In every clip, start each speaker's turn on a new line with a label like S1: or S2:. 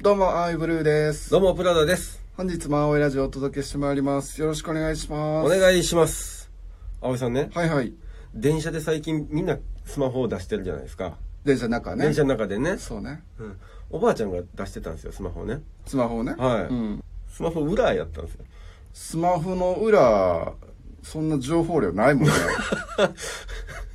S1: どうも、アイブルーです。
S2: どうも、プラダです。
S1: 本日も青いラジオをお届けしてまいります。よろしくお願いします。
S2: お願いします。葵さんね、
S1: はいはい。
S2: 電車で最近みんなスマホを出してるじゃないですか。
S1: 電車の中ね。
S2: 電車の中でね、
S1: そうね。
S2: うん。おばあちゃんが出してたんですよ、スマホをね。
S1: スマホをね。
S2: はい
S1: うん。
S2: スマホ裏やったんですよ。
S1: スマホの裏、そんな情報量ないもんね。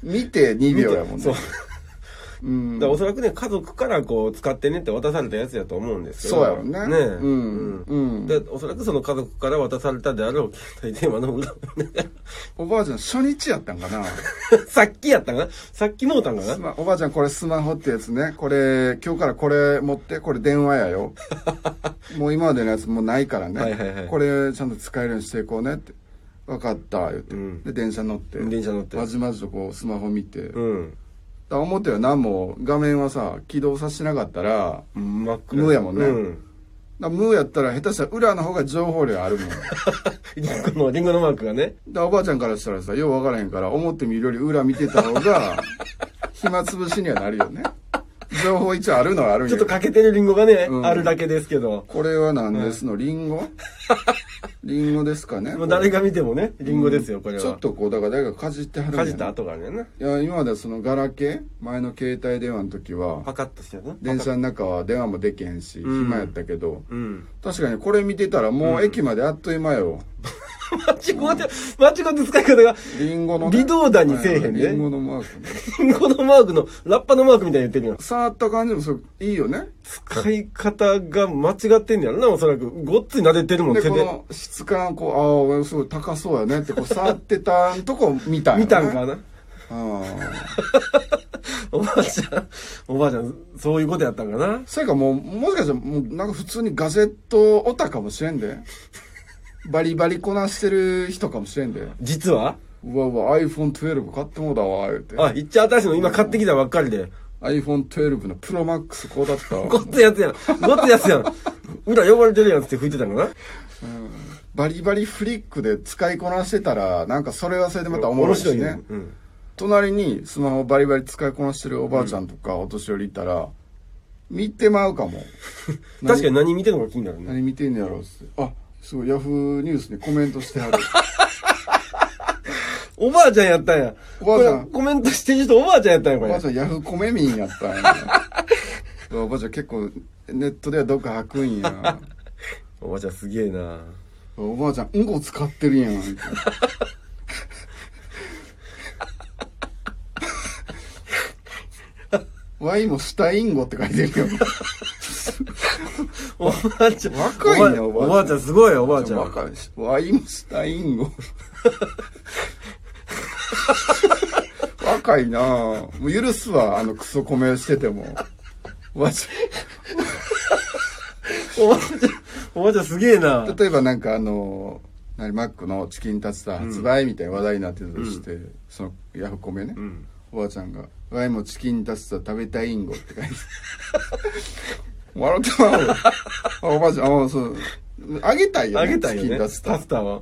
S1: 見て2秒やもんね。
S2: そう。
S1: うん
S2: だからおそらくね、家族からこう、使ってねって渡されたやつやと思うんですけど。
S1: そうやろね。
S2: ねえ
S1: うん。うん。
S2: で、おそらくその家族から渡されたであろう携帯電話の裏 を見なが
S1: おばあちゃん、初日やったんかな。
S2: らさっきやったんかなさっきもうたんか
S1: ス
S2: な
S1: マおばあちゃん、これスマホってやつね。これ、今日からこれ持って、これ電話や よ。もう今までのやつもうないからね。
S2: はいはいはい
S1: これ、ちゃんと使えるようにしていこうねって。分かった、言って。
S2: うん
S1: で、電車乗って。
S2: 電車乗って
S1: まじまじとこう、スマホ見て。だか
S2: うん。
S1: ら思ったよ、何も、画面はさ、起動させてなかったら、だか
S2: 真っ暗。
S1: 無やもんね
S2: うん。
S1: ら無やったら下手したら裏の方が情報量あるもん。だか
S2: リンゴの、リンゴのマークがね。
S1: らおばあちゃんからしたらさ、よう分からへんから、思ってみるより裏見てた方が、 暇つぶしにはなるよね。情報一応あるのはあるん
S2: ちょ
S1: やけ
S2: っと
S1: ど
S2: 欠けてるリンゴがね、
S1: うん
S2: あるだけですけど。
S1: これは何ですの、リンゴ リンゴですかね
S2: もう誰が見てもね、リンゴですよ、これは。
S1: ちょっとこうだから誰かかじってはるんや
S2: か
S1: な
S2: じった跡があるんやない
S1: や今まではそのガラケー前の携帯電話の時は
S2: パカッとしてるな。
S1: 電車の中は電話もできへんし、
S2: うん
S1: 暇やったけど
S2: うん。
S1: 確かにこれ見てたらもう駅まであっという間よ、
S2: 間違って、間違って使い方が、
S1: リンゴの、
S2: 微動だにせえへんね
S1: はいリンゴのマークね
S2: リンゴのマークの、ラッパのマークみたいに言ってるやん。
S1: 触った感じもそれいいよね
S2: 使い方が間違ってんねやろな、おそらく。ごっつい撫でてるもん、
S1: で
S2: 手
S1: こ
S2: で。
S1: の質感こうああすごい高そうやねってこう触ってたとこ見たよ、ね、
S2: 見たんかな。
S1: うん
S2: おばあちゃん、おばあちゃん、そういうことやったんかな。
S1: それかもう、もしかしたら、もうなんか普通にガジェットオタかもしれんで。バリバリこなしてる人かもしれんで。
S2: 実は
S1: うわうわ、iPhone12 買ってもうだわ、言うて。
S2: あ、いっちゃ私の今買ってきたばっかりで。
S1: iPhone12 の Pro Max こうだったわ
S2: ごっついやつやん。ごっついやつやん。裏汚れてるやんって拭いてたんかな。
S1: バリバリフリックで使いこなしてたら、なんかそれはそれでまた面白いしね。
S2: 面白いねうん
S1: 隣にスマホバリバリ使いこなしてるおばあちゃんとかお年寄りいたら、見てまうかも。
S2: 確かに何見てるのか気になるね。
S1: 何見てんねやろうっつって。あ、すごい、ヤフーニュースにコメントしてはる。
S2: おばあちゃんやったんや。
S1: おばあちゃん
S2: これコメントしてる人おばあちゃんやったんや、こ
S1: おばあ
S2: れ
S1: ち。ゃんヤフコメ民やったん やおばあちゃん結構ネットでは毒吐くんや
S2: おばあちゃんすげえな
S1: おばあちゃんうんこ使ってるやんみたいなワイもしたインゴって書いてるよ
S2: おばあちゃん。
S1: 若いね
S2: お
S1: おばあちゃん
S2: ばあおばあちゃんすごいよ、おばあちゃん。
S1: 若いしワイもしたインゴ若いなあもう許すわあのクソコメしててもおばあちゃん
S2: おばあちゃん、おばあちゃんすげえな
S1: 例えばなんかあの何マックのチキンタツタ発売みたいな話題になってたとして、そのヤフコメね、
S2: ん
S1: おばあちゃんが「ワイもチキンタツタ食べたいんご」って書いて 笑ってまうよあおばあちゃんあそうあげたいよ、
S2: あ
S1: ね、
S2: げたい
S1: チキ
S2: よ
S1: ン
S2: ね。
S1: タツタ
S2: タスタは。